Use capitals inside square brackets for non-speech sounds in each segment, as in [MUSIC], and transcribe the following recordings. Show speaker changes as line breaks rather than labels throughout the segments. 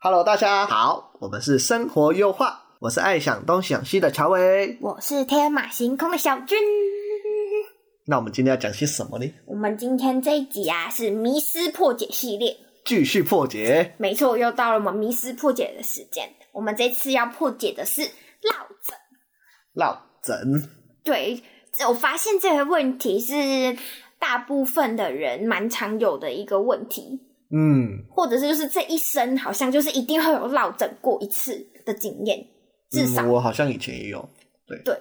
Hello，大家好，我们是生活优化，我是爱想东想西的乔伟。
我是天马行空的小军。
那我们今天要讲些什么呢？
我们今天这一集啊是迷失破解系列，
继续破解
没错，又到了我们迷失破解的时间。我们这次要破解的是落枕。
落枕，
对，这我发现这个问题是大部分的人蛮常有的一个问题，
嗯，
或者是就是这一生好像就是一定会有落枕过一次的经验，至少、
嗯我好像以前也有，对
对，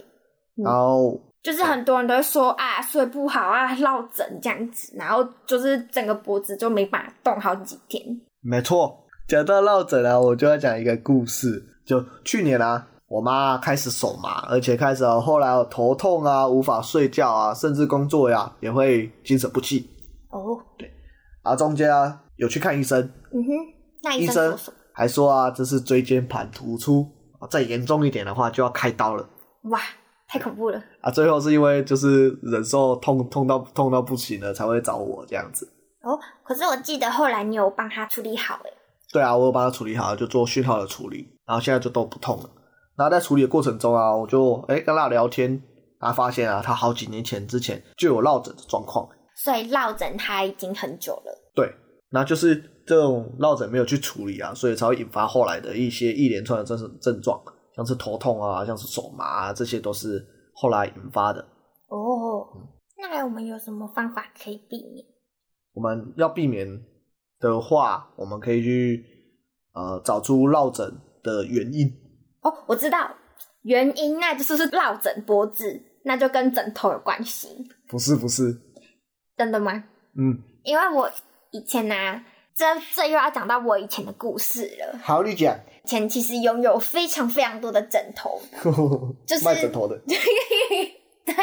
嗯
然后
就是很多人都会说啊睡不好啊落枕这样子，然后就是整个脖子就没办法动好几天。
没错，讲到落枕啊，我就要讲一个故事。就去年啊，我妈开始手麻，而且开始、啊、后来啊头痛啊，无法睡觉啊，甚至工作呀、也会精神不济。
哦，
啊，中间啊有去看医生，
嗯哼，那医
医
生
生
说什么？
还说啊这是椎间盘突出啊，再严重一点的话就要开刀了。
哇，太恐怖了！
啊，最后是因为就是忍受痛痛到痛到不行了，才会找我这样子。
哦，可是我记得后来你有帮他处理好诶。欸
对啊，我有帮他处理好，就做讯号的处理，然后现在就都不痛了。然后在处理的过程中啊，我就哎、跟他聊天，他发现啊，他好几年前之前就有落枕的状况，
所以落枕他已经很久了。
对，然后就是这种落枕没有去处理啊，所以才会引发后来的一些一连串的症症状，像是头痛啊，像是手麻啊，这些都是后来引发的。
哦，那我们有什么方法可以避免？
我们要避免的话，我们可以去呃找出落枕的原因。
哦，我知道原因，那就是是落枕脖子，那就跟枕头有关系，
不是不是，
真的吗？
嗯，
因为我以前呢、这这又要讲到我以前的故事了。
好，啊你讲， [LAUGHS]
以前其实拥有非常非常多的枕头，就是
卖枕头的，
[LAUGHS] 对，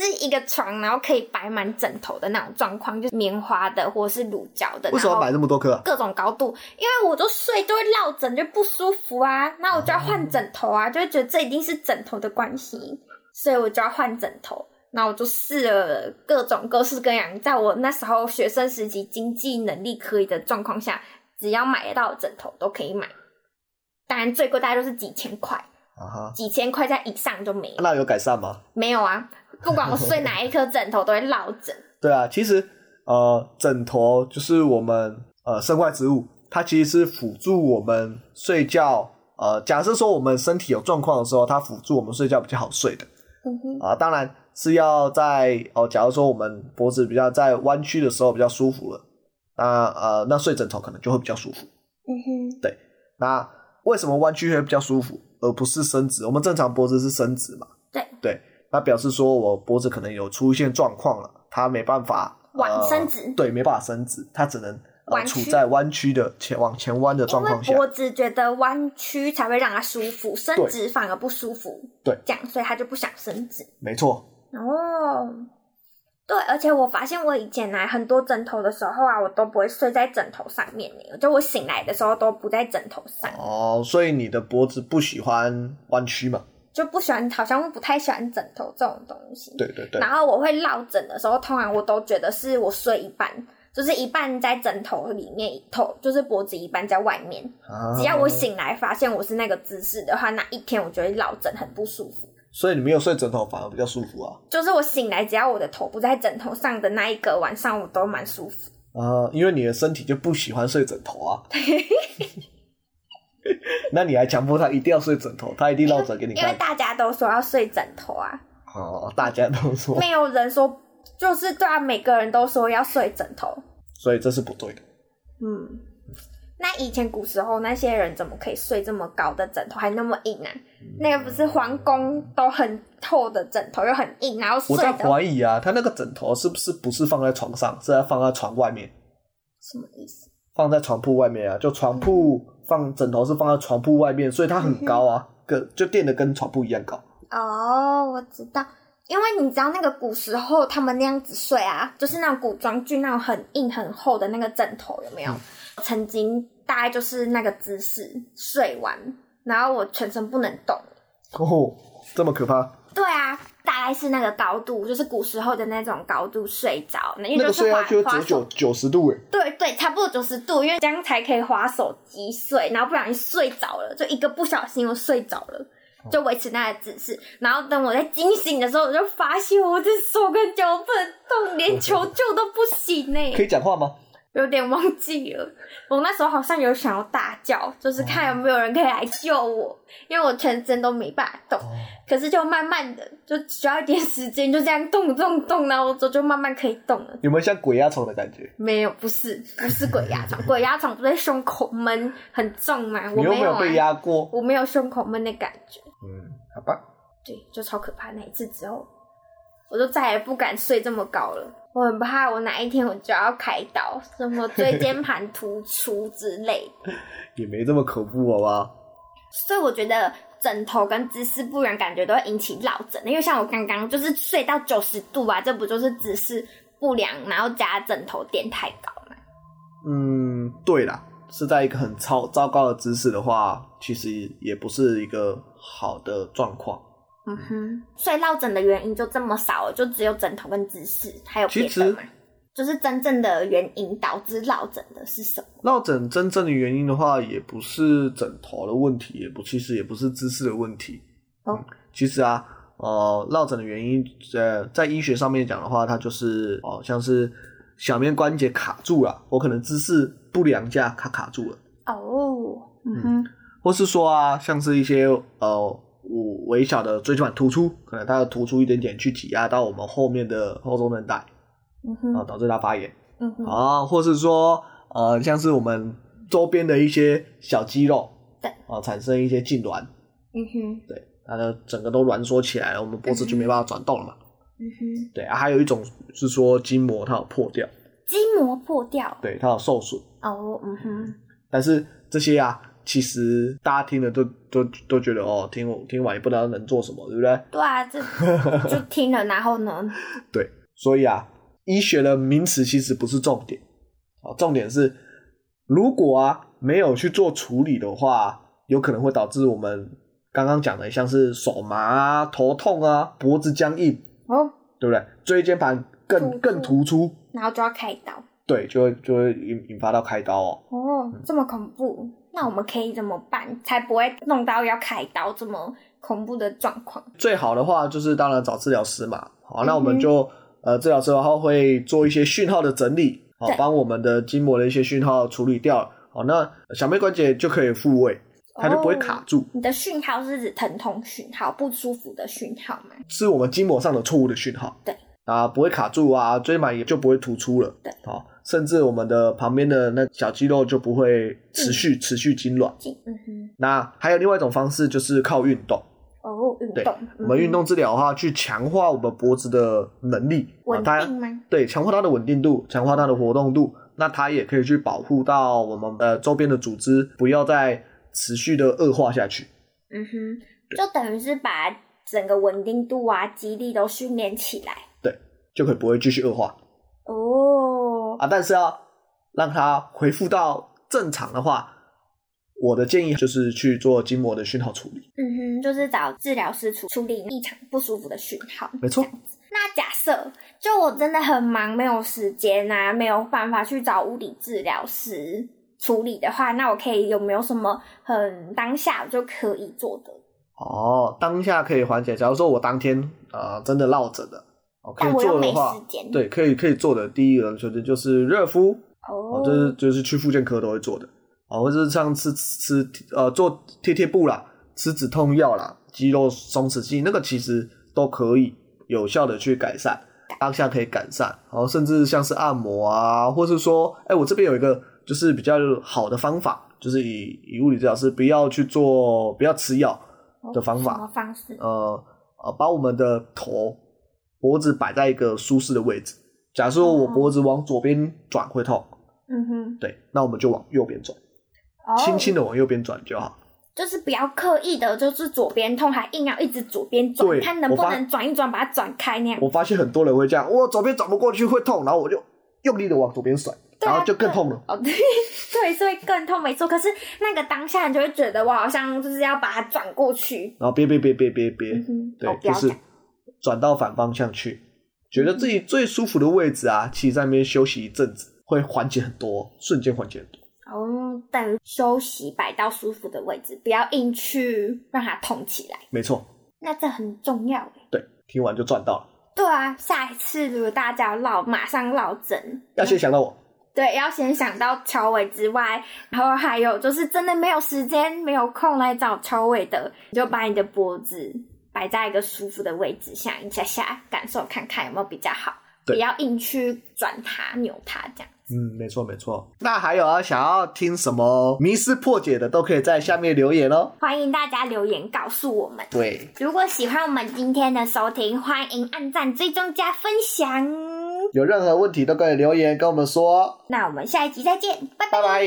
是一个床，然后可以摆满枕头的那种状况，就是棉花的或者是乳胶的。
为什么
然后
买这么多颗、啊？
各种高度，因为我就睡就会落枕，就不舒服啊，那我就要换枕头啊，就会觉得这一定是枕头的关系，所以我就要换枕头。那我就试了各种各式各样，在我那时候学生时期经济能力可以的状况下，只要买得到的枕头都可以买。当然最贵大概就是几千块，
啊哈，
几千块在以上就没了。
那有改善吗？
没有 [LAUGHS] 啊，不管我睡哪一颗枕头都会落枕。
对啊，其实呃，枕头就是我们呃身外之物，它其实是辅助我们睡觉。呃，假设说我们身体有状况的时候，它辅助我们睡觉比较好睡的。
嗯哼，
啊，当然是要在哦，假如说我们脖子比较在弯曲的时候比较舒服了，那呃，那睡枕头可能就会比较舒服。
嗯哼，
那为什么弯曲会比较舒服，而不是伸直？我们正常脖子是伸直嘛？
对
对，那表示说我脖子可能有出现状况了，它没办法
往
呃
伸直
对，没办法伸直，它只能呃
弯
处
曲
在弯曲的前往前弯的状况下
因为。脖子觉得弯曲才会让它舒服，伸
啊对
直反而不舒服。
对
这样所以他就不想伸直。
没错，
哦，对，而且我发现我以前来很多枕头的时候啊，我都不会睡在枕头上面呢，就我醒来的时候都不在枕头上，
哦，所以你的脖子不喜欢弯曲嘛？
就不喜欢，好像不太喜欢枕头这种东西。
对对对
然，后我会落枕的时候，通常我都觉得是我睡一半，就是一半在枕头里面，头就是脖子一半在外面。
啊
只要我醒来发现我是那个姿势的话，那一天我就会落枕，很不舒服。
所以你没有睡枕头反而比较舒服啊。
就是我醒来，只要我的头不在枕头上的那一个晚上，我都蛮舒服。
啊，因为你的身体就不喜欢睡枕头啊。 [LAUGHS] 那你还强迫他一定要睡枕头，他一定落枕给你
因为
看。
大家都说要睡枕头啊，
哦，大家都说，
没有人说，就是对啊，每个人都说要睡枕头。
所以这是不对的。
嗯，那以前古时候那些人怎么可以睡这么高的枕头，还那么硬啊？
嗯
那个不是皇宫都很厚的枕头，又很硬，然后睡
我在
的
怀疑啊，他那个枕头是不是不是放在床上，是在放在床外面，
什么意思？
放在床铺外面啊？就床铺放枕头是放在床铺外面，所以它很高啊，跟就垫的跟床铺一样高。
哦，我知道，因为你知道那个古时候他们那样子睡啊，就是那种古装剧那种很硬很厚的那个枕头，有没
嗯
有？曾经大概就是那个姿势睡完，然后我全身不能动。
哦，这么可怕？
对啊，大概是那个高度，就是古时候的那种高度睡着，那因
那
为
个
就是
睡
滑
下去
滑
只
手
九九十度欸诶，
对对，差不多九十度，因为这样才可以划手机睡，然后不然你睡着了，就一个不小心我睡着了，
哦
就维持那个姿势。然后等我在惊醒的时候，我就发现我的手跟脚不能动，连求救都不行呢、
[LAUGHS] 可以讲话吗？
有点忘记了。我那时候好像有想要大叫，就是看有没有人可以来救我，因为我全身都没办法动。
哦
可是就慢慢的，就需要一点时间，就这样动动动，然后我手就慢慢可以动了。
有没有像鬼压床的感觉？
没有，不是，不是鬼
[LAUGHS]
压床，鬼压床不是胸口闷很重吗？我
你又
没
没有
有、啊，
被压过？
我没有胸口闷的感觉。
嗯，好吧。
对，就超可怕。那一次之后，我就再也不敢睡这么高了。我很怕我哪一天我就要开刀，什么椎间盘突出之类的。 [LAUGHS]
也没这么恐怖，好吧？
所以我觉得枕头跟姿势不良，感觉都会引起落枕。因为像我刚刚就是睡到九十度啊，这不就是姿势不良，然后加枕头垫太高嘛？
嗯，对啦，是在一个很糟糟糕的姿势的话，其实也不是一个好的状况。
嗯哼，所以落枕的原因就这么少了，就只有枕头跟姿势，还有别
其实
的吗？就是真正的原因导致落枕的是什么？
落枕真正的原因的话，也不是枕头的问题，也不其实也不是姿势的问题。
哦
嗯，其实啊，呃，落枕的原因，呃，在医学上面讲的话，它就是哦、像是小面关节卡住了，我可能姿势不良下卡卡住了。
哦，嗯哼，
或是说啊，像是一些呃我微小的椎间盘突出，可能它的突出一点点去挤压到我们后面的后中韧带
嗯
啊，
哼，
导致它发炎
嗯哼，
啊，或是说呃像是我们周边的一些小肌肉
对
啊产生一些痉挛，
嗯哼，
对它的整个都挛缩起来了，我们脖子就没办法转动了嘛。
嗯哼，
对啊，还有一种是说筋膜它有破掉，
筋膜破掉。
对它有受损，
哦，嗯哼，
但是这些啊。其实大家听了都都都觉得哦，听我听完也不知道能做什么，对不对？
对
[LAUGHS]
啊，这就听了，然后呢？
对，所以啊，医学的名词其实不是重点，啊，重点是如果啊没有去做处理的话，有可能会导致我们刚刚讲的像是手麻啊、头痛啊、脖子僵硬，
哦，
对不对？椎间盘
突出
更更突出，
然后就要开刀。
对，就会就会引引发到开刀哦。
哦，这么恐怖，那我们可以怎么办，才不会弄到要开刀这么恐怖的状况？
最好的话就是当然找治疗师嘛。好，那我
嗯
们
哼
就、呃治疗师的话会做一些讯号的整理，好
对
帮我们的筋膜的一些讯号处理掉。好，那小妹关节就可以复位，它就不会
哦
卡住，
你的讯号是指疼痛讯号、不舒服的讯号吗？
是我们筋膜上的错误的讯号。
对。
啊，不会卡住啊，椎板也就不会突出了。
对
好，甚至我们的旁边的那小肌肉就不会持续、
嗯
持续痉挛。
进，嗯哼，
那还有另外一种方式，就是靠运动。
哦，运
对
动，
我们运
嗯
动治疗的话，去强化我们脖子的能力，
哼稳
啊它
定吗？
对，强化它的稳定度，强化它的活动度，那它也可以去保护到我们呃周边的组织，不要再持续的恶化下去。
嗯哼，就等于是把整个稳定度啊、肌力都训练起来。
对，就可以不会继续恶化
哦，
啊。但是要让它恢复到正常的话，我的建议就是去做筋膜的讯号处理。
嗯哼，就是找治疗师处处理异常不舒服的讯号。
没错
这样子。那假设就我真的很忙，没有时间啊，没有办法去找物理治疗师处理的话，那我可以有没有什么很当下我就可以做的？
哦，当下可以缓解。假如说我当天啊、呃真的落枕了，哦，可以
但我又
做的
没
话
时，间。，
对，可以可以做的第一个就是就是热敷，
哦
哦，，这是就是去复健科都会做的，哦，或者是像吃吃吃呃做贴贴布啦，吃止痛药啦，肌肉松弛剂那个其实都可以有效的去改哦善，当下可以改善，然后甚至像是按摩啊，或是说，哎、我这边有一个就是比较好的方法，就是以以物理治疗师不要去做，不要吃药的方
哦什么
法，
方式？
呃呃，把我们的头脖子摆在一个舒适的位置。假如说我
哦
脖子往左边转会痛，
嗯哼，
对，那我们就往右边转，
哦，
轻轻的往右边转就好。
就是不要刻意的，就是左边痛还硬要一直左边转，
对
看能
我
不
发
能转一转，把它转开那样。
我发现很多人会这样，我左边转不过去会痛，然后我就用力的往左边甩，
对啊
然后就更痛了。
哦， [LAUGHS] 对，对，是会更痛，没错。可是那个当下，你就会觉得我好像就是要把它转过去。
然后别别别别别别，
嗯哼，
对
哦，不
就
要
是
讲嗯
转到反方向去，觉得自己最舒服的位置啊，其实在那边休息一阵子，会缓解很多，瞬间缓解很多。
哦，等于休息，摆到舒服的位置，不要硬去让它痛起来，
没错，
那这很重要欸。
对，听完就赚到了。
对啊，下一次如果大家要落，马上落枕。
要先想到我，
对，要先想到乔伟之外，然后还有就是真的没有时间、没有空来找乔伟的，你就把你的脖子摆在一个舒服的位置，想一下下，感受看看有没有比较好，不
对
要硬去转它、扭它这样。
嗯，没错没错。那还有啊，想要听什么迷思破解的，都可以在下面留言哦。
欢迎大家留言告诉我们。
对，
如果喜欢我们今天的收听，欢迎按赞、追踪、加分享。
有任何问题都可以留言跟我们说哦。
那我们下一集再见，
拜拜